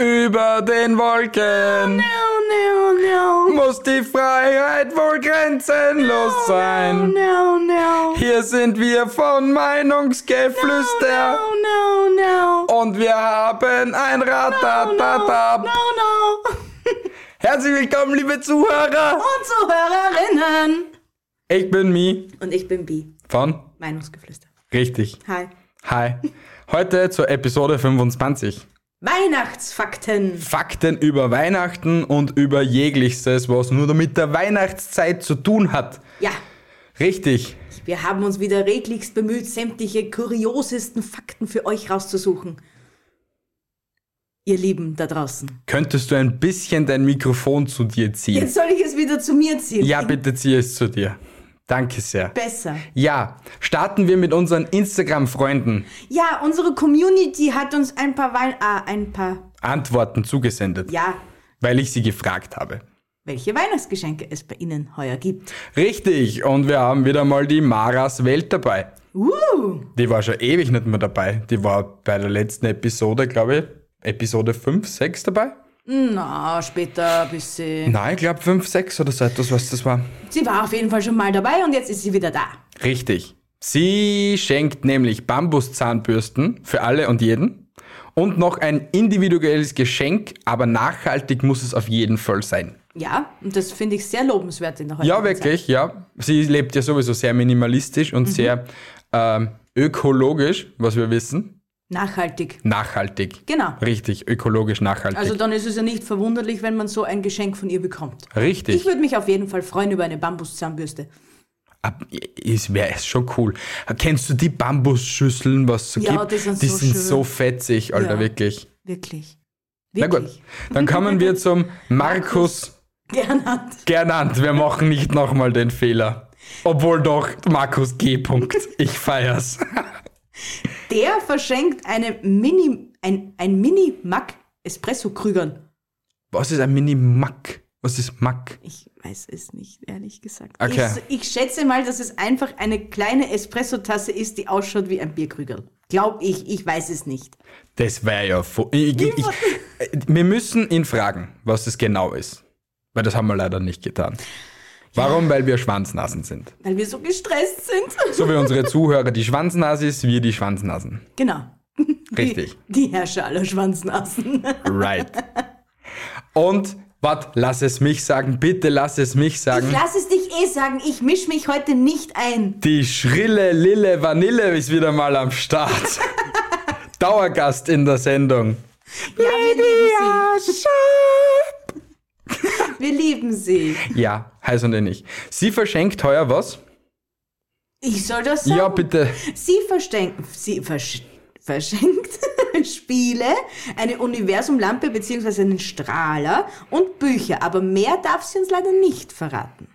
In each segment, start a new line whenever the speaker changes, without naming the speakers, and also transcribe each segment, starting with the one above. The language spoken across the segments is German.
Über den Wolken
No, no,
muss die Freiheit wohl grenzenlos sein.
no, no.
Hier sind wir von Meinungsgeflüster
No, no, no.
und wir haben ein Ratatatata.
No, no.
Herzlich willkommen, liebe Zuhörer.
Und Zuhörerinnen.
Ich bin Mi
Und ich bin Bi.
von
Meinungsgeflüster.
Richtig.
Hi.
Hi. Heute zur Episode 25.
Weihnachtsfakten.
Fakten über Weihnachten und über jeglichstes, was nur mit der Weihnachtszeit zu tun hat.
Ja,
Richtig.
wir haben uns wieder redlichst bemüht, sämtliche kuriosesten Fakten für euch rauszusuchen. Ihr Lieben da draußen.
Könntest du ein bisschen dein Mikrofon zu dir ziehen?
Jetzt soll ich es wieder zu mir ziehen.
Ja, bitte zieh es zu dir. Danke sehr.
Besser.
Ja, starten wir mit unseren Instagram-Freunden.
Ja, unsere Community hat uns ein paar Wein... Ah, ein paar...
Antworten zugesendet,
Ja,
weil ich sie gefragt habe.
welche Weihnachtsgeschenke es bei Ihnen heuer gibt.
Richtig, und wir haben wieder mal die Maras Welt dabei.
Uh,
Die war schon ewig nicht mehr dabei. Die war bei der letzten Episode, glaube ich, Episode 5, 6 dabei.
na, später ein bisschen.
Nein, ich glaube 5, 6 oder so etwas, was das war.
Sie war auf jeden Fall schon mal dabei und jetzt ist sie wieder da.
Richtig. Sie schenkt nämlich Bambuszahnbürsten für alle und jeden und noch ein individuelles Geschenk, aber nachhaltig muss es auf jeden Fall sein.
Ja, und das finde ich sehr lobenswert in der heutigen
Ja, wirklich, ja. Sie lebt ja sowieso sehr minimalistisch
Mhm.
und sehr ähm, ökologisch, was wir wissen.
Zeit. Nachhaltig.
Nachhaltig.
Genau.
Richtig, ökologisch nachhaltig.
Also dann ist es ja nicht verwunderlich, wenn man so ein Geschenk von ihr bekommt. Ich
Richtig.
würde mich auf jeden Fall freuen über eine Bambuszahnbürste.
Ab- Es wäre schon cool. Kennst du die Bambusschüsseln, was es so
Ja,
gibt?
die sind
die
so
sind
schön.
so fetzig, Alter,
Ja.
wirklich.
Wirklich.
Na gut,
Wirklich.
dann kommen wir zum Markus
Gernand.
Gernand. Wir machen nicht nochmal den Fehler. Obwohl doch Markus G. -Punkt. Ich feier's.
Der verschenkt eine Mini, ein, ein Mini-Mac-Espresso-Krügern.
Was ist ein Mini-Mack? Was ist Mack?
Ich weiß es nicht, ehrlich gesagt.
Okay.
Ich, ich schätze mal, dass es einfach eine kleine Espressotasse ist, die ausschaut wie ein Bierkrügerl. Glaub ich, ich weiß es nicht.
Das wäre ja. fu- Ich, ich, ich, wir müssen ihn fragen, was es genau ist. Weil das haben wir leider nicht getan. Warum? Weil wir Schwanznasen sind.
Weil wir so gestresst sind.
So wie unsere Zuhörer die Schwanznasis, wir die Schwanznasen.
Genau.
Richtig.
Die, die Herrscher aller Schwanznasen.
Right. Und, wat, lass es mich sagen, bitte lass es mich sagen.
Ich lass es dich eh sagen, ich misch mich heute nicht ein.
Die schrille Lille Vanille ist wieder mal am Start. Dauergast in der Sendung.
Ja, wir lieben
Ja,
sie. Wir lieben sie.
heiß und ähnlich. Sie verschenkt heuer was?
Ich soll das sagen.
Ja, bitte.
Sie verschenkt, sie versch verschenkt Spiele, eine Universumlampe bzw. einen Strahler und Bücher, aber mehr darf sie uns leider nicht verraten.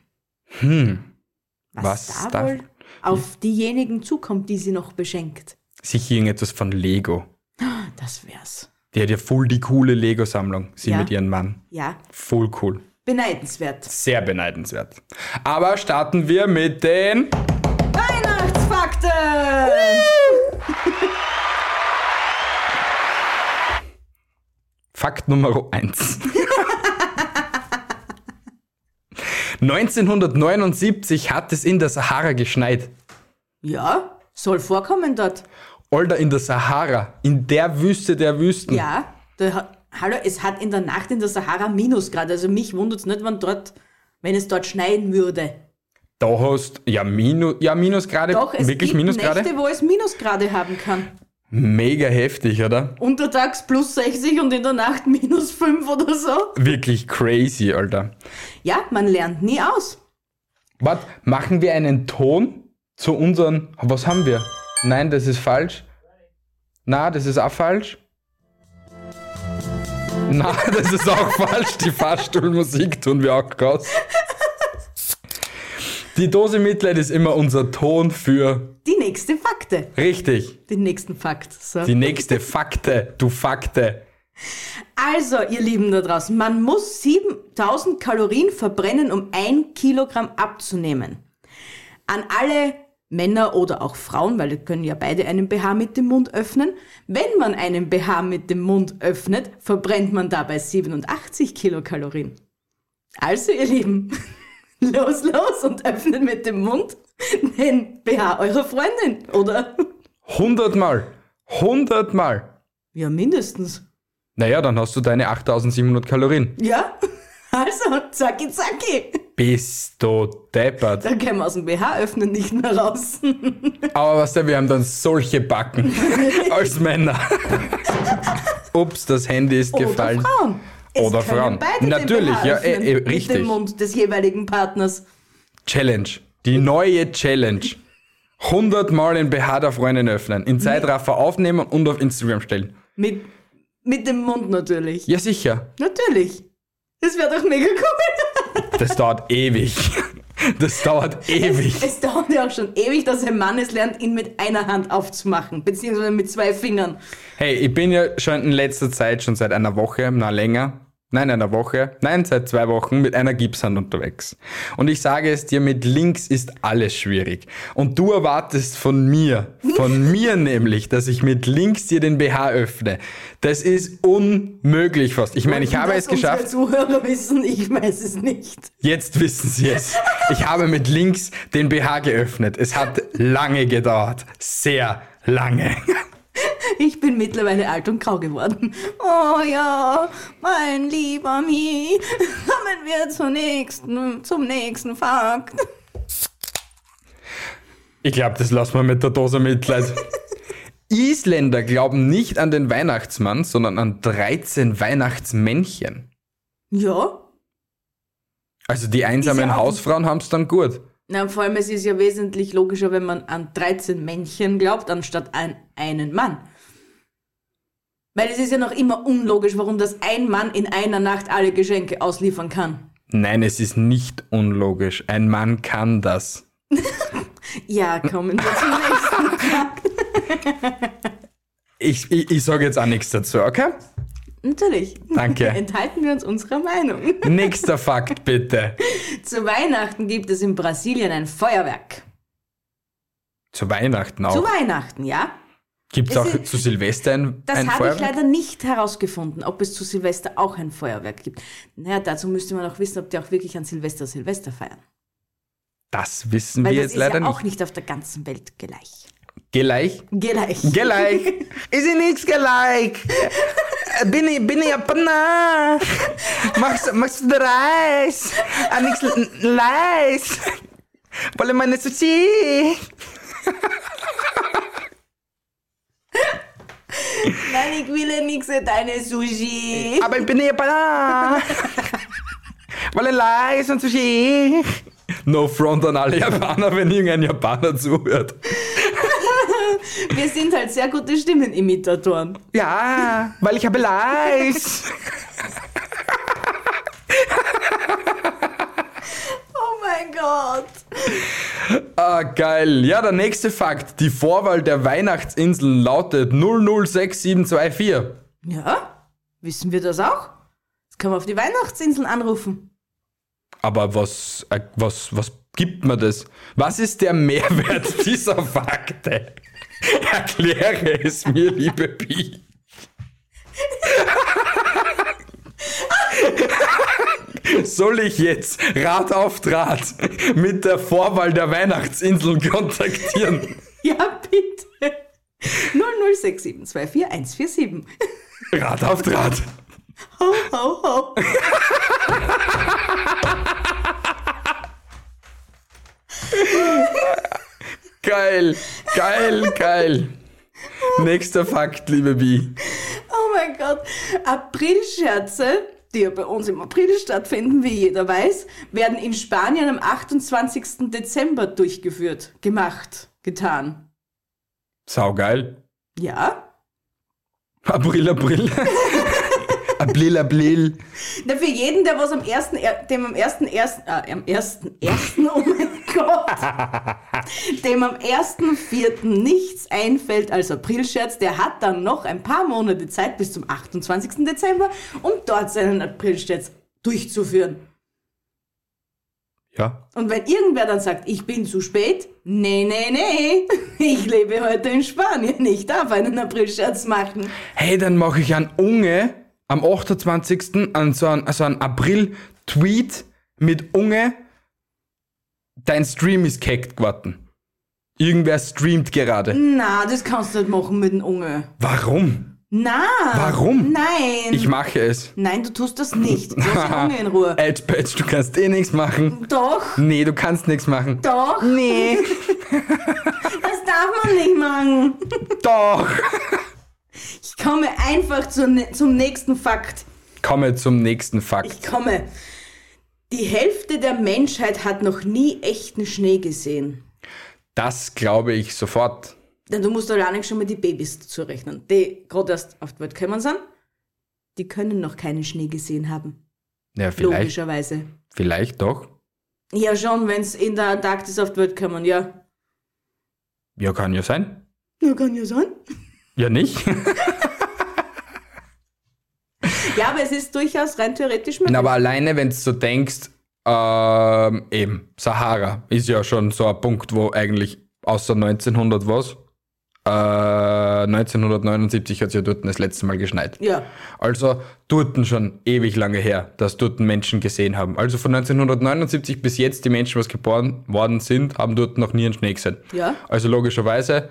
Hm. Was,
Was
da
darf-
wohl auf diejenigen zukommt, die sie noch beschenkt.
Sicher irgendetwas von Lego.
Das wär's.
Die hat ja voll die coole Lego-Sammlung, sie
Ja.
mit ihrem Mann.
Ja,
Voll cool.
beneidenswert.
Sehr beneidenswert. Aber starten wir mit den...
Weihnachtsfakten!
Fakt Nummer 1. 1979 hat es in der Sahara geschneit.
Ja, soll vorkommen dort.
Alter, in der Sahara, in der Wüste der Wüsten.
Ja, da, ha- hallo, es hat in der Nacht in der Sahara Minusgrad. Also mich wundert's nicht, wenn, dort, wenn es dort schneien würde.
Da hast ja, Minu, ja Minusgrade,
Doch, es
wirklich
gibt
Minusgrade.
Nächte, wo es Minusgrade haben kann.
Mega heftig, oder?
Untertags plus 60 und in der Nacht minus 5 oder so.
Wirklich crazy, Alter.
Ja, man lernt nie aus.
Warte, machen wir einen Ton zu unseren. Was haben wir? Nein, das ist falsch. Na, das ist auch falsch. Na, das ist auch falsch. Die Fahrstuhlmusik tun wir auch raus. Die Dose Mitleid ist immer unser Ton für
Die nächste Fakte.
richtig.
Den nächsten Fakt. So.
Die nächste Fakte, du Fakte.
Also, ihr Lieben da draußen, man muss 7000 Kalorien verbrennen, um ein Kilogramm abzunehmen. An alle Männer oder auch Frauen, weil die können ja beide einen BH mit dem Mund öffnen. Wenn man einen BH mit dem Mund öffnet, verbrennt man dabei 87 Kilokalorien. Also, ihr Lieben, los, los und öffnet mit dem Mund den BH eurer Freundin, oder?
Hundertmal. Hundertmal.
Ja, mindestens.
Naja, dann hast du deine 8700 Kalorien.
Ja? Also, zacki, zacki.
Bist du deppert.
Da können wir aus dem BH öffnen nicht mehr raus.
Aber was der, wir haben dann solche Backen als Männer. Ups, das Handy
Oh,
ist gefallen. Oder
Oder Frauen. können
Frauen.
Beide
Natürlich,
den BH
ja,
öffnen
eh, eh,
Mit
richtig.
dem Mund des jeweiligen Partners.
Challenge. Die neue Challenge. 100 Mal den BH der Freundin öffnen, in Zeitraffer aufnehmen und auf Instagram stellen.
Mit, mit dem Mund natürlich.
Ja, sicher.
Natürlich. Das wäre doch mega cool.
Das dauert ewig. Das dauert ewig.
Es dauert ja auch schon ewig, dass ein Mann es lernt, ihn mit einer Hand aufzumachen. Beziehungsweise mit zwei Fingern.
Hey, ich bin ja schon in letzter Zeit, schon seit einer Woche, na länger, nein, einer Woche, nein, seit zwei Wochen mit einer Gipshand unterwegs. Und ich sage es dir, mit links ist alles schwierig. Und du erwartest von mir, von mir nämlich, dass ich mit links dir den BH öffne. Das ist unmöglich fast. Ich meine, ich
Und
habe
dass
es geschafft.
Unsere Zuhörer wissen, ich weiß es nicht.
Jetzt wissen Sie es. Ich habe mit links den BH geöffnet. Es hat lange gedauert. Sehr lange.
Ich bin mittlerweile alt und grau geworden. Oh ja, mein lieber Mi, kommen wir zum nächsten, zum nächsten Fakt.
Ich glaube, das lassen wir mit der Dose Mitleid. Isländer glauben nicht an den Weihnachtsmann, sondern an 13 Weihnachtsmännchen.
Ja,
Also die einsamen
Ist ja auch-
Hausfrauen haben es dann gut.
na vor allem es ist ja wesentlich logischer, wenn man an 13 Männchen glaubt, anstatt an einen Mann. Weil es ist ja noch immer unlogisch, warum das ein Mann in einer Nacht alle Geschenke ausliefern kann.
Nein, es ist nicht unlogisch. Ein Mann kann das.
Ja, kommen wir zum nächsten Fakt.
Ich, ich, ich sage jetzt auch nichts dazu, okay?
Natürlich.
Danke.
Enthalten wir uns unserer Meinung.
Nächster Fakt bitte.
Zu Weihnachten gibt es in Brasilien ein Feuerwerk.
Zu Weihnachten
Zu
auch.
Weihnachten, ja?
Gibt es
Es
auch
ist-
zu Silvester ein,
Das
ein
habe ich
Feuerwerk?
leider nicht herausgefunden, ob es zu Silvester auch ein Feuerwerk gibt. Naja, dazu müsste man auch wissen, ob die auch wirklich an Silvester Silvester feiern.
Das wissen
Weil
wir
das
jetzt
ist
leider
ja auch
nicht.
nicht auf der ganzen Welt gleich.
Gleich.
Gleich.
Gleich. ist ich nichts gleich. Bin ich, bin ich Japaner. Machst, machst du den Reis? Ah, nix leis. Wolle meine Sushi.
Nein, ich will ja nichts an deine Sushi.
Aber ich bin nicht Japaner. Wolle Leis und Sushi. No front an alle Japaner, wenn irgendein Japaner zuhört.
Wir sind halt sehr gute Stimmenimitatoren.
Ja, weil ich habe Leis.
Oh mein Gott.
Ah, geil. Ja, der nächste Fakt. Die Vorwahl der Weihnachtsinseln lautet 006724.
Ja, wissen wir das auch? Jetzt können wir auf die Weihnachtsinseln anrufen.
Aber was, äh, was, was gibt mir das? Was ist der Mehrwert dieser Fakte? Erkläre es mir, liebe Pi. Soll ich jetzt Rat auf Draht mit der Vorwahl der Weihnachtsinseln kontaktieren?
Ja, bitte. 0067244147.
Rat auf Draht.
Ho, ho, ho.
Geil, geil, geil. Nächster Fakt, liebe Bi.
Oh mein Gott. Aprilscherze, die ja bei uns im April stattfinden, wie jeder weiß, werden in Spanien am 28. Dezember durchgeführt, gemacht, getan.
Saugeil.
Ja?
April, April. Ablil, Ablil.
Na, für jeden, der was am ersten, er- dem am ersten, ersten, äh, am ersten, ersten, oh mein Gott, dem am ersten, vierten nichts einfällt als Aprilscherz, der hat dann noch ein paar Monate Zeit bis zum 28. Dezember, um dort seinen Aprilscherz durchzuführen.
Ja.
Und wenn irgendwer dann sagt, ich bin zu spät, nee, nee, nee, ich lebe heute in Spanien, ich darf einen Aprilscherz machen.
Hey, dann mache ich einen Unge am 28. an so einen, so einen April-Tweet mit Unge. Dein Stream ist gehackt geworden. Irgendwer streamt gerade.
Na, das kannst du nicht machen mit dem Unge.
Warum?
Na.
Warum?
Nein.
Ich mache es.
Nein, du tust das nicht. Lass den Unge in Ruhe.
Edgepatch, du kannst eh nichts machen.
Doch,
Nee, du kannst nichts machen.
doch. Nee. das darf man nicht machen.
Doch!
Ich komme einfach zu, ne- zum nächsten Fakt.
Komme zum nächsten Fakt.
Ich komme. Die Hälfte der Menschheit hat noch nie echten Schnee gesehen.
Das glaube ich sofort.
Denn du musst alleine schon mal die Babys dazu rechnen, die gerade erst auf die Welt gekommen sind. Die können noch keinen Schnee gesehen haben.
Ja, vielleicht,
Logischerweise.
vielleicht doch.
Ja, schon, wenn es in der Antarktis auf die Welt kommen, ja.
Ja, kann ja sein.
Ja, kann ja sein.
Ja, nicht?
Ja, aber es ist durchaus rein theoretisch möglich.
Na, aber alleine, wenn du so denkst, ähm, eben, Sahara ist ja schon so ein Punkt, wo eigentlich außer 1900 was, äh, 1979 hat es ja dort das letzte Mal geschneit.
Ja.
Also dort schon ewig lange her, dass dort Menschen gesehen haben. Also von 1979 bis jetzt, die Menschen, was geboren worden sind, haben dort noch nie einen Schnee gesehen.
Ja.
Also logischerweise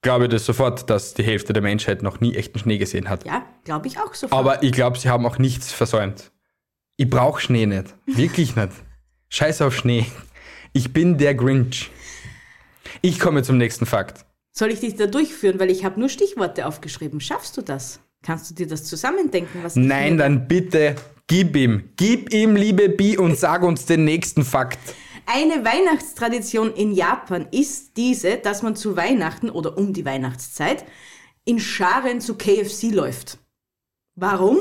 glaube ich das sofort, dass die Hälfte der Menschheit noch nie echten Schnee gesehen hat.
Ja, glaube ich auch sofort.
Aber ich glaube, sie haben auch nichts versäumt. Ich brauche Schnee nicht. Wirklich nicht. Scheiß auf Schnee. Ich bin der Grinch. Ich komme zum nächsten Fakt.
Soll ich dich da durchführen? Weil ich habe nur Stichworte aufgeschrieben. Schaffst du das? Kannst du dir das zusammendenken? Was ich
Nein,
mir-
dann bitte gib ihm. Gib ihm, liebe Bi, und sag uns den nächsten Fakt.
Eine Weihnachtstradition in Japan ist diese, dass man zu Weihnachten oder um die Weihnachtszeit in Scharen zu KFC läuft. Warum?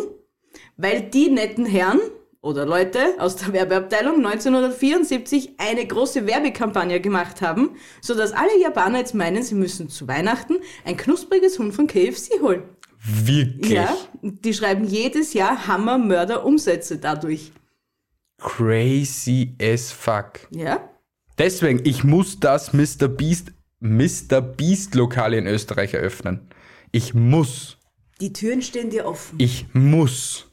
Weil die netten Herren oder Leute aus der Werbeabteilung 1974 eine große Werbekampagne gemacht haben, sodass alle Japaner jetzt meinen, sie müssen zu Weihnachten ein knuspriges Huhn von KFC holen.
Wirklich
Ja, die schreiben jedes Jahr Hammer, Mörder, Umsätze dadurch.
crazy as fuck.
Ja?
Deswegen, ich muss das Mr. Beast, Mr. Beast Lokal in Österreich eröffnen. Ich muss.
Die Türen stehen dir offen.
Ich muss.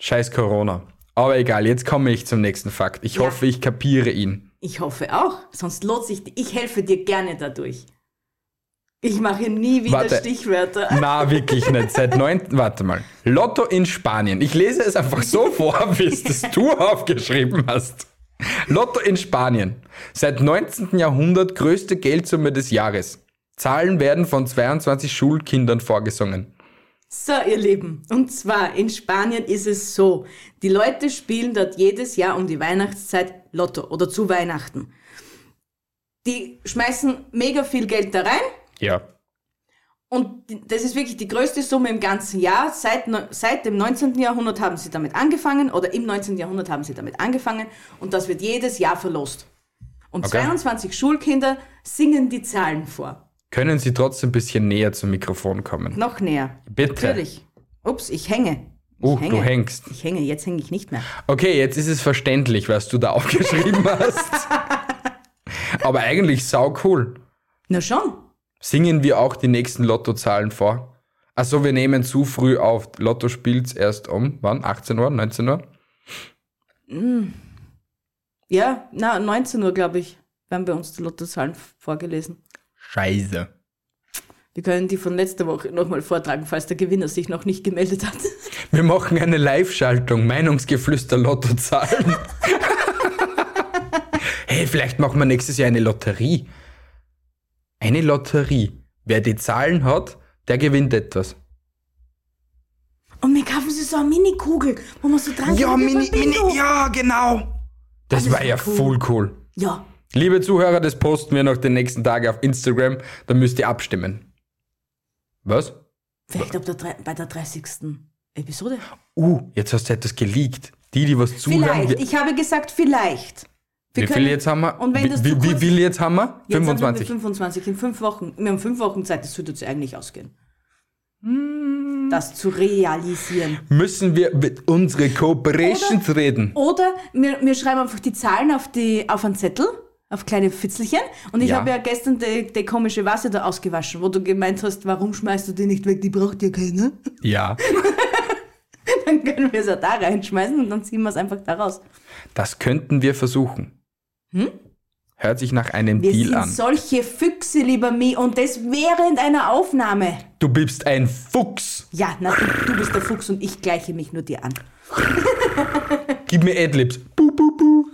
Scheiß Corona. Aber egal, jetzt komme ich zum nächsten Fakt. Ich
Ja.
hoffe, ich kapiere ihn.
Ich hoffe auch, sonst lohnt sich, die- ich helfe dir gerne dadurch. Ich mache nie wieder
Warte.
Stichwörter.
Na, wirklich nicht. Seit neun. Warte mal. Lotto in Spanien. Ich lese es einfach so vor, wie es das du aufgeschrieben hast. Lotto in Spanien. Seit 19. Jahrhundert größte Geldsumme des Jahres. Zahlen werden von 22 Schulkindern vorgesungen.
So, ihr Lieben. Und zwar in Spanien ist es so. Die Leute spielen dort jedes Jahr um die Weihnachtszeit Lotto oder zu Weihnachten. Die schmeißen mega viel Geld da rein
Ja.
Und die- das ist wirklich die größte Summe im ganzen Jahr. Seit, neu- seit dem 19. Jahrhundert haben sie damit angefangen oder im 19. Jahrhundert haben sie damit angefangen und das wird jedes Jahr verlost. Und
Okay.
22 Schulkinder singen die Zahlen vor.
Können Sie trotzdem ein bisschen näher zum Mikrofon kommen?
Noch näher.
Bitte.
Natürlich. Ups, ich hänge. Ich
Uh, du hängst.
Ich hänge, jetzt hänge ich nicht mehr.
Okay, jetzt ist es verständlich, was du da aufgeschrieben hast. Aber eigentlich sau cool.
Na schon.
Singen wir auch die nächsten Lottozahlen vor? Achso, wir nehmen zu früh auf. Lotto spielt's erst um, wann? 18 Uhr, 19 Uhr?
Ja, na, 19 Uhr, glaube ich, werden bei uns die Lottozahlen f- vorgelesen.
Scheiße.
Wir können die von letzter Woche nochmal vortragen, falls der Gewinner sich noch nicht gemeldet hat.
Wir machen eine Live-Schaltung, Meinungsgeflüster Lottozahlen. hey, vielleicht machen wir nächstes Jahr eine Lotterie. Eine Lotterie. Wer die Zahlen hat, der gewinnt etwas.
Und wir kaufen sie so eine Mini-Kugel, wo man so dran
Ja,
geht wie
Mini,
beim
Mini,
Bingo.
ja, genau. Das, war ja voll cool.
Ja,
Liebe Zuhörer, das posten wir noch den nächsten Tag auf Instagram. Da müsst ihr abstimmen. Was?
vielleicht ab der, drei- bei der 30. Episode?
Uh, jetzt hast du etwas geleakt. Die, die was zuhören.
Vielleicht.
wir-
Ich habe gesagt, vielleicht. Wir
Wie viel
können-
jetzt haben wir?
Und wenn
wie,
das zu
wie, wie
kurz-
viel jetzt haben wir?
Jetzt haben wir
25.
25 in fünf Wochen. Wir haben fünf Wochen Zeit, das sollte uns eigentlich ausgehen.
Hm.
Das zu realisieren.
Müssen wir mit unsere Cooperations reden?
Oder wir, wir schreiben einfach die Zahlen auf, die, auf einen Zettel, auf kleine Fitzelchen. Und ich
Ja.
habe ja gestern die, die komische Vase da ausgewaschen, wo du gemeint hast, warum schmeißt du die nicht weg, die braucht ja keiner.
Ja.
Dann können wir es ja da reinschmeißen und dann ziehen wir es einfach da raus.
Das könnten wir versuchen. Hört sich nach einem
Hm? Wir
Deal
sind
an.
solche Füchse, lieber Mi, und das während einer Aufnahme.
du bist ein Fuchs.
Ja, na, du, du bist der Fuchs und ich gleiche mich nur dir an.
Gib mir Adlibs. Bu, bu, bu.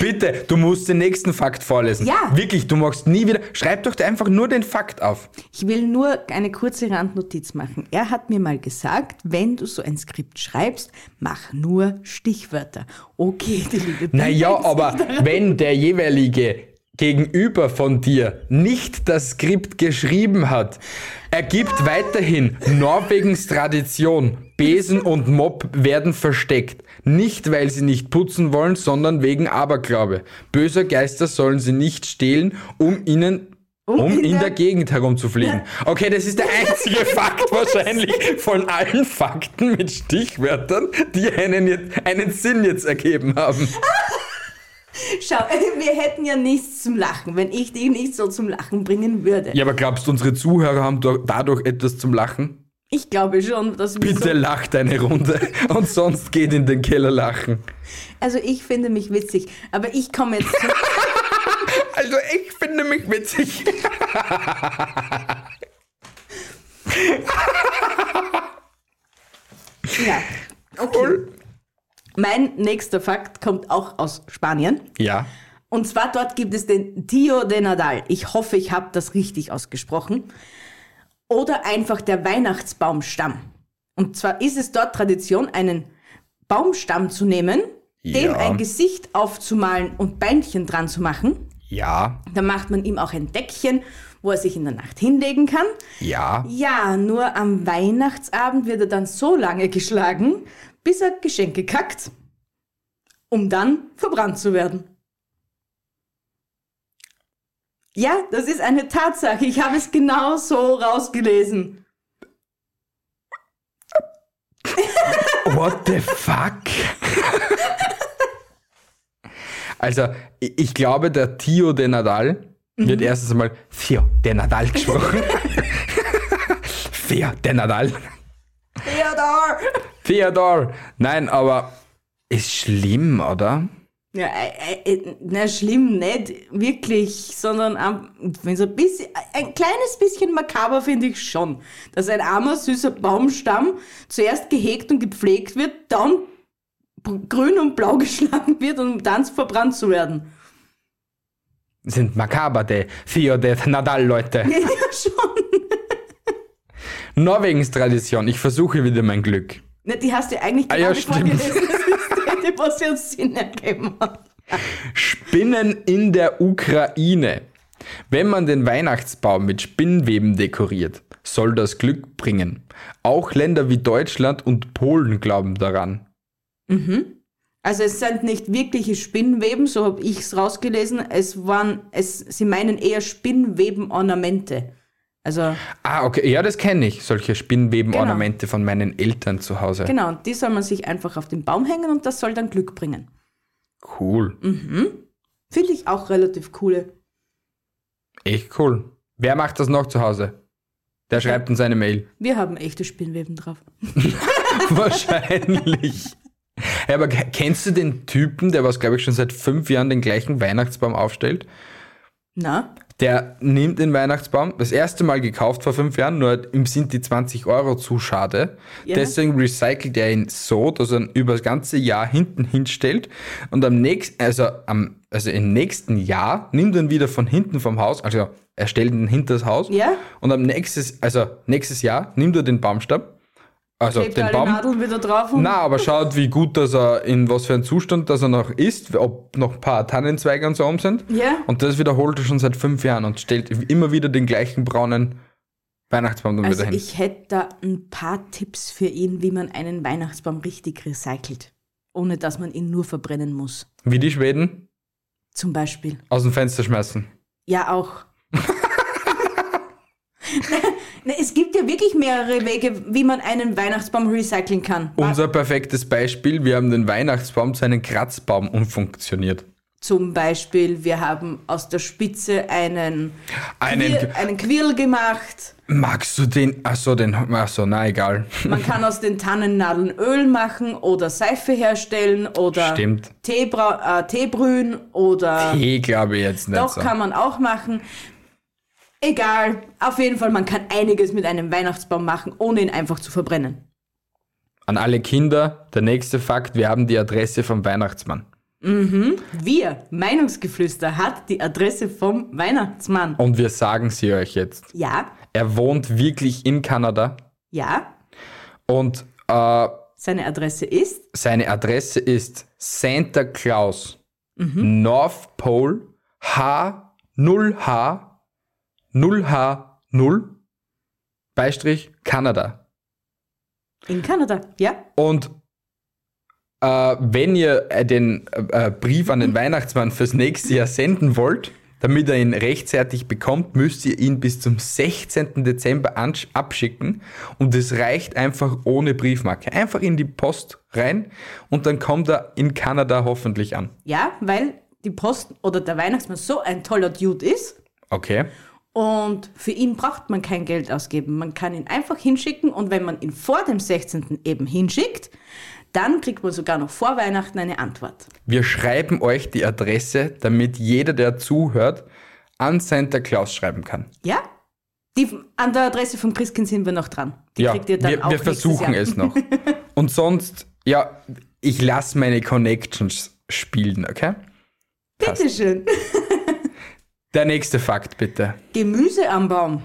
Bitte, du musst den nächsten Fakt vorlesen.
Ja.
Wirklich, du magst nie wieder. Schreib doch einfach nur den Fakt auf.
Ich will nur eine kurze Randnotiz machen. Er hat mir mal gesagt, wenn du so ein Skript schreibst, mach nur Stichwörter. Okay, die liebe
Naja, aber wenn der jeweilige Gegenüber von dir nicht das Skript geschrieben hat, ergibt weiterhin Norwegens Tradition. Besen und Mob werden versteckt. Nicht, weil sie nicht putzen wollen, sondern wegen Aberglaube. Böser Geister sollen sie nicht stehlen, um ihnen um,
in
in,
der-
der, Gegend herumzufliegen. Okay, das ist der einzige Fakt wahrscheinlich von allen Fakten mit Stichwörtern, die einen, jetzt, einen Sinn jetzt ergeben haben.
Schau, wir hätten ja nichts zum Lachen, wenn ich dich nicht so zum Lachen bringen würde.
Ja, aber glaubst du, unsere Zuhörer haben do- dadurch etwas zum Lachen?
Ich glaube schon, dass wir
Bitte
so...
lacht eine Runde und sonst geht in den Keller lachen.
Also ich finde mich witzig, aber ich komme jetzt... Zu
Also ich finde mich witzig.
ja, okay. Mein nächster Fakt kommt auch aus Spanien.
Ja.
Und zwar dort gibt es den Tio de Nadal. Ich hoffe, ich habe das richtig ausgesprochen. Oder einfach der Weihnachtsbaumstamm. Und zwar ist es dort Tradition, einen Baumstamm zu nehmen, dem
Ja.
ein Gesicht aufzumalen und Beinchen dran zu machen.
Ja.
Dann macht man ihm auch ein Deckchen, wo er sich in der Nacht hinlegen kann.
Ja.
Ja, nur am Weihnachtsabend wird er dann so lange geschlagen, bis er Geschenke kackt, um dann verbrannt zu werden. Ja, das ist eine Tatsache. Ich habe es genau so rausgelesen.
What the fuck? Also, i- ich glaube, der Tio de Nadal wird erstens einmal Tio de Nadal gesprochen. Tio de Nadal.
Theodor!
Theodor. Nein, aber ist schlimm, oder?
Ja, äh, äh, na, schlimm nicht, wirklich, sondern am- wenn's ein, bisschen, äh, ein kleines bisschen makaber finde ich schon, dass ein armer, süßer Baumstamm zuerst gehegt und gepflegt wird, dann b- grün und blau geschlagen wird, um dann verbrannt zu werden.
Sind makaber, der Theo de Nadal, Leute.
Ja, schon.
Norwegens Tradition. Ich versuche wieder mein Glück.
Na, die hast du eigentlich
Ah,
genau
ja,
nicht
stimmt.
vorgelesen, das ist die, die, was ja Sinn ergeben hat.
Spinnen in der Ukraine. Wenn man den Weihnachtsbaum mit Spinnweben dekoriert, soll das Glück bringen. Auch Länder wie Deutschland und Polen glauben daran.
Also es sind nicht wirkliche Spinnweben, so habe ich es rausgelesen. Es waren, es, sie meinen eher Spinnweben-Ornamente. Also
Ah, okay. Ja, das kenne ich. Solche Spinnwebenornamente von meinen Eltern zu Hause.
genau, und die soll man sich einfach auf den Baum hängen und das soll dann Glück bringen.
Cool.
Finde ich auch relativ coole.
Echt cool. Wer macht das noch zu Hause? Der schreibt uns eine Mail.
Wir haben echte Spinnweben drauf.
Wahrscheinlich. Ja, aber ke- kennst du den Typen, der was, glaube ich, schon seit fünf Jahren den gleichen Weihnachtsbaum aufstellt?
Na,
Der nimmt den Weihnachtsbaum, das erste Mal gekauft vor fünf Jahren, nur ihm sind die 20 Euro zu schade.
Ja.
Deswegen recycelt er ihn so, dass er ihn über das ganze Jahr hinten hinstellt und am nächsten, also am, also im nächsten Jahr nimmt er ihn wieder von hinten vom Haus, also er stellt ihn hinter das Haus
Ja.
und am nächstes, also nächstes Jahr nimmt er den Baumstamm, also
klebt
den
alle
Baum,
Nadeln wieder drauf und
na, aber schaut, wie gut, dass er in was für einem Zustand, dass er noch ist, ob noch ein paar Tannenzweige und so um sind.
Ja.
Und das wiederholt er schon seit fünf Jahren und stellt immer wieder den gleichen braunen Weihnachtsbaum dann
Also
wieder hin.
ich hätte da ein paar Tipps für ihn, wie man einen Weihnachtsbaum richtig recycelt, ohne dass man ihn nur verbrennen muss.
Wie die Schweden?
Zum Beispiel.
Aus dem Fenster schmeißen.
Ja, auch. Na, es gibt ja wirklich mehrere Wege, wie man einen Weihnachtsbaum recyceln kann. Wa-
Unser perfektes Beispiel, wir haben den Weihnachtsbaum zu einem Kratzbaum umfunktioniert.
Zum Beispiel, wir haben aus der Spitze einen,
Einen,
Quir- einen Quirl gemacht.
magst du den, achso, den, achso, na egal.
Man kann aus den Tannennadeln Öl machen oder Seife herstellen oder
Stimmt.
Tee, brau- äh, Tee brühen oder
Ich glaube jetzt nicht
doch
so.
kann man auch machen. Egal, auf jeden Fall, man kann einiges mit einem Weihnachtsbaum machen, ohne ihn einfach zu verbrennen.
An alle Kinder, der nächste Fakt, wir haben die Adresse vom Weihnachtsmann.
Wir, Meinungsgeflüster, hat die Adresse vom Weihnachtsmann.
Und wir sagen sie euch jetzt.
Ja,
Er wohnt wirklich in Kanada
ja,
und äh,
seine Adresse ist
seine Adresse ist Santa Claus, North Pole, H0H, 0H0, Beistrich, Kanada.
in Kanada. Ja,
Und äh, wenn ihr äh, den äh, äh, Brief an den Weihnachtsmann fürs nächste Jahr senden wollt, damit er ihn rechtzeitig bekommt, müsst ihr ihn bis zum 16. Dezember ansch- abschicken. Und es reicht einfach ohne Briefmarke. Einfach in die Post rein und dann kommt er in Kanada hoffentlich an.
ja, weil die Post oder der Weihnachtsmann so ein toller Dude ist.
Okay.
Und für ihn braucht man kein Geld ausgeben. Man kann ihn einfach hinschicken und wenn man ihn vor dem 16. eben hinschickt, dann kriegt man sogar noch vor Weihnachten eine Antwort.
Wir schreiben euch die Adresse, damit jeder, der zuhört, an Santa Claus schreiben kann.
Ja? Die, an der Adresse vom Christkind sind wir noch dran. Die
ja,
kriegt ihr dann
wir,
auch
wir
nächstes
versuchen
Jahr.
es noch. Und sonst, ja, ich lasse meine Connections spielen, okay?
Bitteschön.
Der nächste Fakt bitte.
Gemüse am Baum.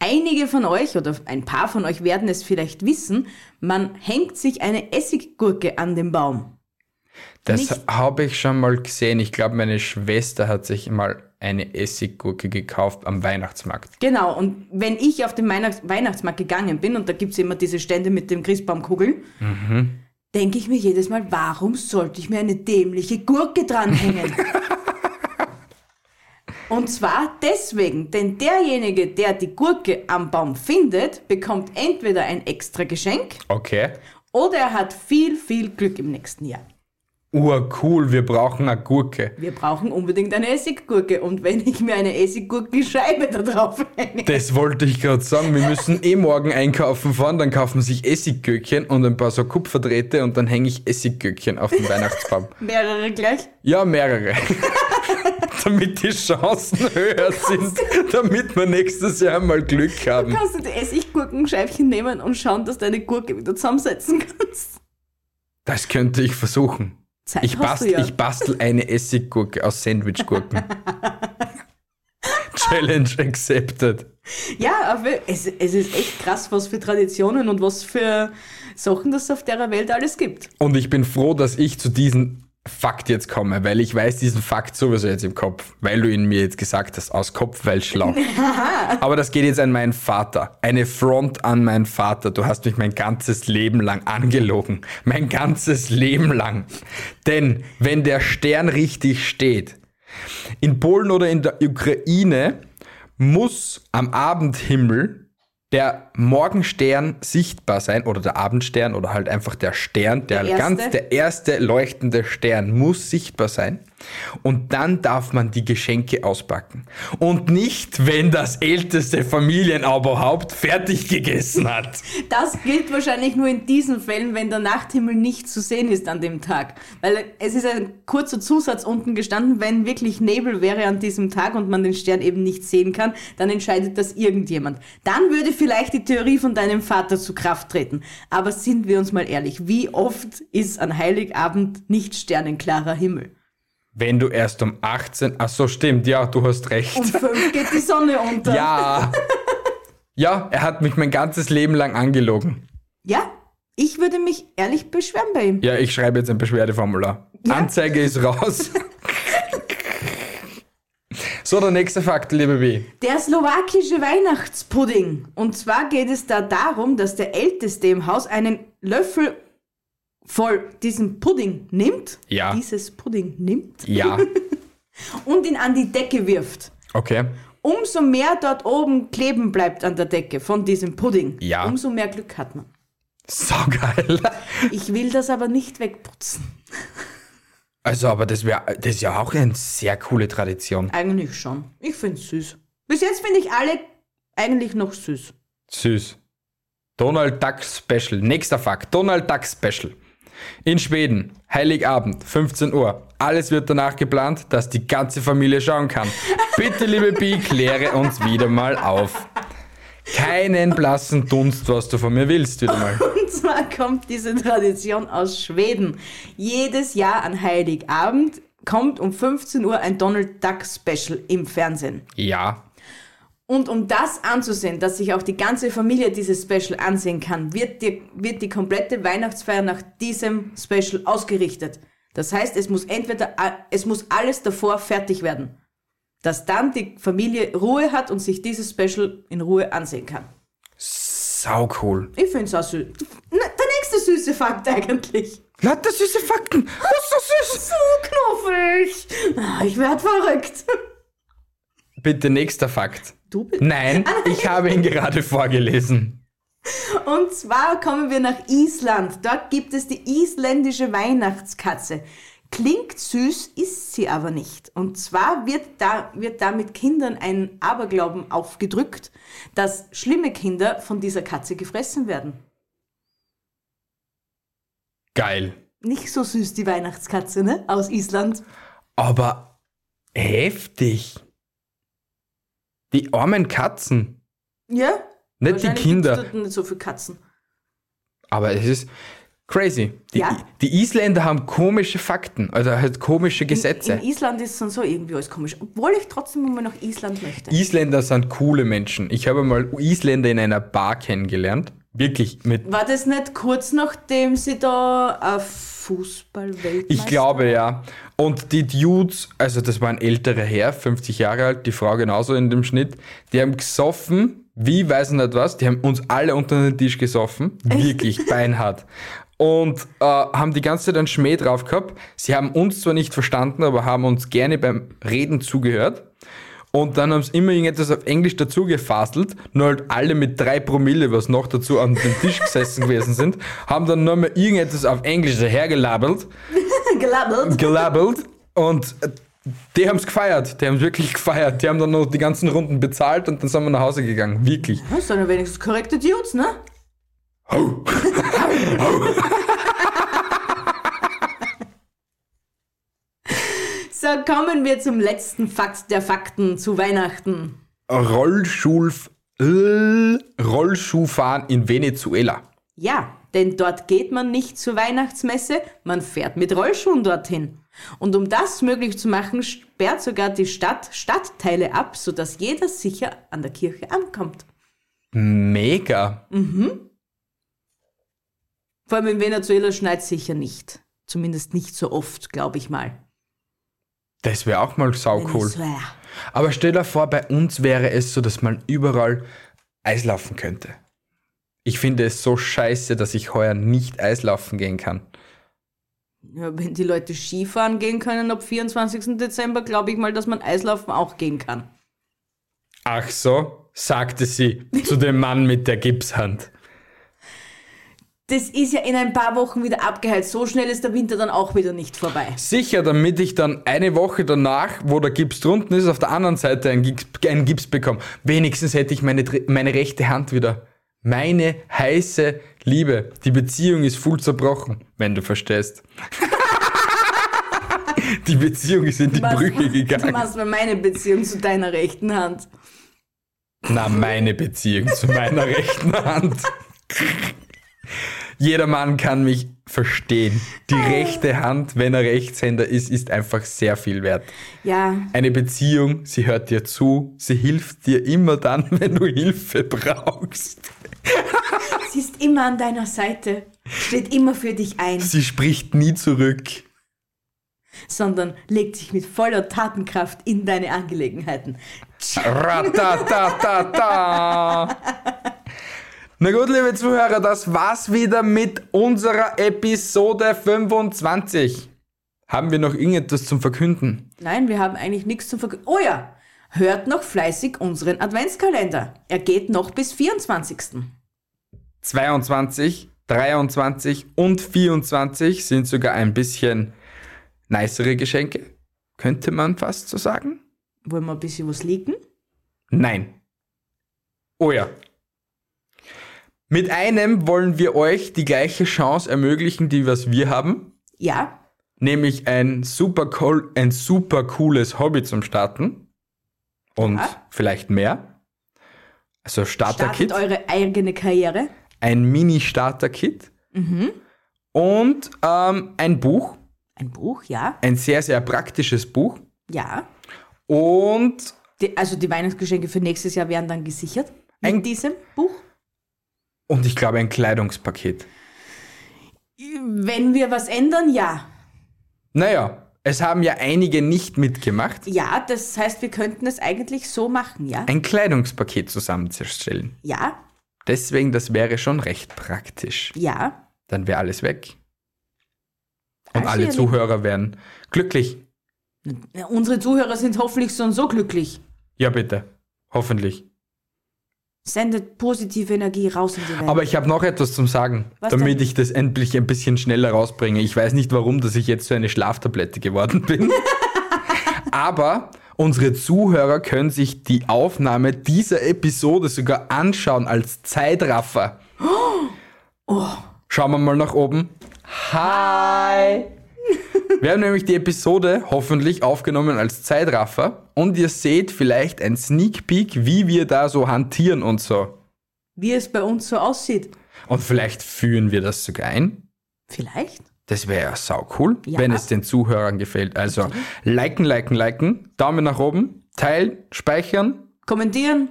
Einige von euch oder ein paar von euch werden es vielleicht wissen, man hängt sich eine Essiggurke an den Baum.
Das
Nicht-
habe ich schon mal gesehen. Ich glaube, meine Schwester hat sich mal eine Essiggurke gekauft am Weihnachtsmarkt.
Genau, und wenn ich auf den Weihnachts Weihnachtsmarkt gegangen bin, und da gibt es immer diese Stände mit dem Christbaumkugeln, denke ich mir jedes Mal, warum sollte ich mir eine dämliche Gurke dranhängen? und zwar deswegen, denn derjenige, der die Gurke am Baum findet, bekommt entweder ein extra Geschenk
Okay.
Oder er hat viel, viel Glück im nächsten Jahr.
Urcool, wir brauchen eine Gurke.
Wir brauchen unbedingt eine Essiggurke. Und wenn ich mir eine Essiggurkenscheibe da drauf hänge.
Das wollte ich gerade sagen. Wir müssen eh morgen einkaufen fahren, dann kaufen sich Essiggürkchen und ein paar so Kupferdrähte und dann hänge ich Essiggürkchen auf den Weihnachtsbaum.
Mehrere gleich.
Ja, mehrere. damit die Chancen höher sind, damit wir nächstes Jahr mal Glück haben.
Kannst du die Essiggurkenscheibchen nehmen und schauen, dass du eine Gurke wieder zusammensetzen kannst?
Das könnte ich versuchen.
Zeit
Ich,
hast
bastel,
du ja.
ich bastel eine Essiggurke aus Sandwichgurken. Challenge accepted.
ja, aber es, es ist echt krass, was für Traditionen und was für Sachen das auf der Welt alles gibt.
Und ich bin froh, dass ich zu diesem Fakt jetzt komme, weil ich weiß diesen Fakt sowieso jetzt im Kopf, weil du ihn mir jetzt gesagt hast, aus Kopf, weil schlau. Aber das geht jetzt an meinen Vater. Eine Front an meinen Vater. Du hast mich mein ganzes Leben lang angelogen. Mein ganzes Leben lang. Denn wenn der Stern richtig steht, in Polen oder in der Ukraine muss am Abendhimmel der Morgenstern sichtbar sein oder der Abendstern oder halt einfach der Stern, der,
Der erste.
ganz der erste leuchtende Stern muss sichtbar sein. Und dann darf man die Geschenke auspacken. Und nicht, wenn das älteste Familienoberhaupt fertig gegessen hat.
Das gilt wahrscheinlich nur in diesen Fällen, wenn der Nachthimmel nicht zu sehen ist an dem Tag. Weil es ist ein kurzer Zusatz unten gestanden, wenn wirklich Nebel wäre an diesem Tag und man den Stern eben nicht sehen kann, dann entscheidet das irgendjemand. Dann würde vielleicht die Theorie von deinem Vater zu Kraft treten. Aber sind wir uns mal ehrlich, wie oft ist an Heiligabend nicht sternenklarer Himmel?
Wenn du erst um 18, ach so stimmt, ja, du hast recht.
Um fünf geht die Sonne unter.
Ja. Ja, er hat mich mein ganzes Leben lang angelogen.
ja? Ich würde mich ehrlich beschweren bei ihm.
Ja, ich schreibe jetzt ein Beschwerdeformular. Anzeige ist raus. So, der nächste Fakt, liebe B.
Der slowakische Weihnachtspudding. Und zwar geht es da darum, dass der Älteste im Haus einen Löffel voll diesen Pudding nimmt.
Ja.
Dieses Pudding nimmt.
Ja.
Und ihn an die Decke wirft.
Okay.
Umso mehr dort oben kleben bleibt an der Decke von diesem Pudding,
Ja.
umso mehr Glück hat man.
Saugeil.
Ich will das aber nicht wegputzen.
Also, aber das wäre das ist ja auch eine sehr coole Tradition.
Eigentlich schon. Ich finde es süß. Bis jetzt finde ich alle eigentlich noch süß.
Süß. Donald Duck Special. Nächster Fakt. Donald Duck Special. In Schweden, Heiligabend, 15 Uhr. Alles wird danach geplant, dass die ganze Familie schauen kann. Bitte, liebe Bi, kläre uns wieder mal auf. Keinen blassen Dunst, was du von mir willst, wieder mal.
Und zwar kommt diese Tradition aus Schweden. Jedes Jahr an Heiligabend kommt um 15 Uhr ein Donald Duck Special im Fernsehen.
Ja,
Und um das anzusehen, dass sich auch die ganze Familie dieses Special ansehen kann, wird die, wird die komplette Weihnachtsfeier nach diesem Special ausgerichtet. Das heißt, es muss entweder, a- es muss alles davor fertig werden, dass dann die Familie Ruhe hat und sich dieses Special in Ruhe ansehen kann.
sau cool.
Ich finde es auch süß. Na, der nächste süße Fakt eigentlich.
Lauter süße Fakten. Was so süß.
So knuffig. Ah, Ich werde verrückt.
Bitte, nächster Fakt.
Du bist
Nein,
Ah,
ich habe ihn gerade vorgelesen.
Und zwar kommen wir nach Island. Dort gibt es die isländische Weihnachtskatze. Klingt süß, ist sie aber nicht. Und zwar wird da, wird da mit Kindern ein Aberglauben aufgedrückt, dass schlimme Kinder von dieser Katze gefressen werden.
Geil.
Nicht so süß die Weihnachtskatze, ne? Aus Island.
Aber heftig. Die armen Katzen.
Ja?
Nicht die
Wahrscheinlich
Kinder.
gibt's dort nicht so viele Katzen.
Aber es ist crazy. Die,
Ja.
die Isländer haben komische Fakten, also halt komische Gesetze.
In Island ist es dann so irgendwie alles komisch. Obwohl ich trotzdem immer nach Island möchte.
Isländer sind coole Menschen. Ich habe mal Isländer in einer Bar kennengelernt. Wirklich mit.
War das nicht kurz nachdem sie da eine Fußballweltmeister...
Ich glaube ja. Und die Dudes, also das war ein älterer Herr, 50 Jahre alt, die Frau genauso in dem Schnitt, die haben gesoffen, wie weiß ich nicht was, die haben uns alle unter den Tisch gesoffen, wirklich beinhart. Und äh, haben die ganze Zeit einen Schmäh drauf gehabt. Sie haben uns zwar nicht verstanden, aber haben uns gerne beim Reden zugehört. Und dann haben sie immer irgendetwas auf Englisch dazu gefastelt, nur halt alle mit drei Promille, was noch dazu an den Tisch gesessen gewesen sind, haben dann nur mal irgendetwas auf Englisch dahergelabelt
Gelabbert.
gelabelt und äh, die haben es gefeiert. Die haben es wirklich gefeiert. Die haben dann noch die ganzen Runden bezahlt und dann sind wir nach Hause gegangen. Wirklich.
Das sind ja wenigstens korrekte Dudes, ne? so, kommen wir zum letzten Fakt der Fakten zu Weihnachten.
Rollschulf, äh, Rollschuhfahren in Venezuela.
Ja, denn dort geht man nicht zur Weihnachtsmesse, man fährt mit Rollschuhen dorthin. Und um das möglich zu machen, sperrt sogar die Stadt Stadtteile ab, sodass jeder sicher an der Kirche ankommt.
Mega.
Vor allem in Venezuela schneit sicher nicht. Zumindest nicht so oft, glaube ich mal.
Das wäre auch mal sau Oh, cool.
Venezuela.
Aber stell dir vor, bei uns wäre es so, dass man überall Eis laufen könnte. Ich finde es so scheiße, dass ich heuer nicht Eis laufen gehen kann.
Ja, wenn die Leute Skifahren gehen können ab 24. Dezember, glaube ich mal, dass man Eislaufen auch gehen kann.
Ach so, sagte sie zu dem Mann mit der Gipshand.
Das ist ja in ein paar Wochen wieder abgeheizt. So schnell ist der Winter dann auch wieder nicht vorbei.
Sicher, damit ich dann eine Woche danach, wo der Gips drunten ist, auf der anderen Seite einen Gips, einen Gips bekomme. Wenigstens hätte ich meine, dr- meine rechte Hand wieder. Meine heiße Liebe. Die Beziehung ist voll zerbrochen, wenn du verstehst. die Beziehung ist in die
Was-
Brüche
Du
gegangen.
machst mal meine Beziehung zu deiner rechten Hand.
Na, meine Beziehung zu meiner rechten Hand. Jeder Mann kann mich verstehen. Die rechte Hand, wenn er Rechtshänder ist, ist einfach sehr viel wert.
Ja,
Eine Beziehung, sie hört dir zu, sie hilft dir immer dann, wenn du Hilfe brauchst.
sie ist immer an deiner Seite. Steht immer für dich ein.
Sie spricht nie zurück.
sondern legt sich mit voller Tatenkraft in deine Angelegenheiten.
Ratatatata. Na gut, liebe Zuhörer, das war's wieder mit unserer Episode 25. Haben wir noch irgendetwas zum Verkünden?
Nein, wir haben eigentlich nichts zum Verkünden. Oh ja, hört noch fleißig unseren Adventskalender. Er geht noch bis 24.
22, 23 und 24 sind sogar ein bisschen nicere Geschenke, könnte man fast so sagen.
Wollen wir ein bisschen was leaken?
Nein. Oh ja. Mit einem wollen wir euch die gleiche Chance ermöglichen, die was wir haben,
Ja,
nämlich ein super, cool, ein super cooles Hobby zum Starten und
Ja.
vielleicht mehr. Also
startet
Starter-Kit,
eure eigene Karriere.
ein Mini-Starter-Kit
Mhm.
und ähm, ein Buch,
Ein Buch, ja,
ein sehr, sehr praktisches Buch
ja.
und
Die, also die Weihnachtsgeschenke für nächstes Jahr werden dann gesichert. Mit
Ein-
diesem Buch.
Und ich glaube, ein Kleidungspaket.
Wenn wir was ändern, ja.
Naja, es haben ja einige nicht mitgemacht.
Ja, das heißt, wir könnten es eigentlich so machen, ja?
Ein Kleidungspaket zusammenzustellen.
Ja,
Deswegen, das wäre schon recht praktisch.
ja.
Dann wäre alles weg. Und
Also,
alle
ihr
Zuhörer wären glücklich.
Lieben, Unsere Zuhörer sind hoffentlich so und so glücklich.
Ja, bitte. Hoffentlich.
Sendet positive Energie raus in die Welt.
Aber ich habe noch etwas zum Sagen,
Was
damit
denn?
ich das endlich ein bisschen schneller rausbringe. Ich weiß nicht warum, dass ich jetzt so eine Schlaftablette geworden bin. Aber unsere Zuhörer können sich die Aufnahme dieser Episode sogar anschauen als Zeitraffer.
Oh.
Schauen wir mal nach oben. Hi! Wir haben nämlich die Episode hoffentlich aufgenommen als Zeitraffer und ihr seht vielleicht ein Sneak Peek, wie wir da so hantieren und so.
Wie es bei uns so aussieht.
Und vielleicht führen wir das sogar ein.
Vielleicht?
Das wäre ja saucool,
Ja.
wenn es den Zuhörern gefällt. Also liken, liken, liken, Daumen nach oben, teilen, speichern
Kommentieren.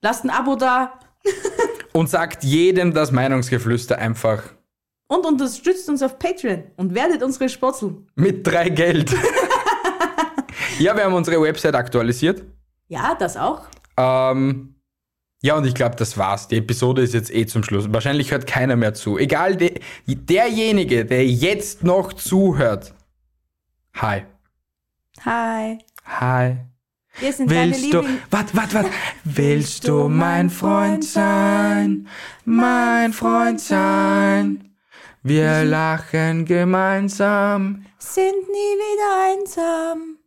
Lasst ein Abo da.
und sagt jedem das Meinungsgeflüster einfach
Und unterstützt uns auf Patreon. Und werdet unsere Spotzeln.
mit drei Geld. ja, wir haben unsere Website aktualisiert.
Ja, das auch.
Ähm, ja, und ich glaube, das war's. Die Episode ist jetzt eh zum Schluss. Wahrscheinlich hört keiner mehr zu. Egal, de derjenige, der jetzt noch zuhört. Hi.
Hi.
Hi.
Wir sind
Willst
deine
du,
Liebling.
wat, wat, wat, willst du mein Freund sein? Mein Freund sein.
Mhm.
Wir lachen gemeinsam
Sind nie wieder einsam.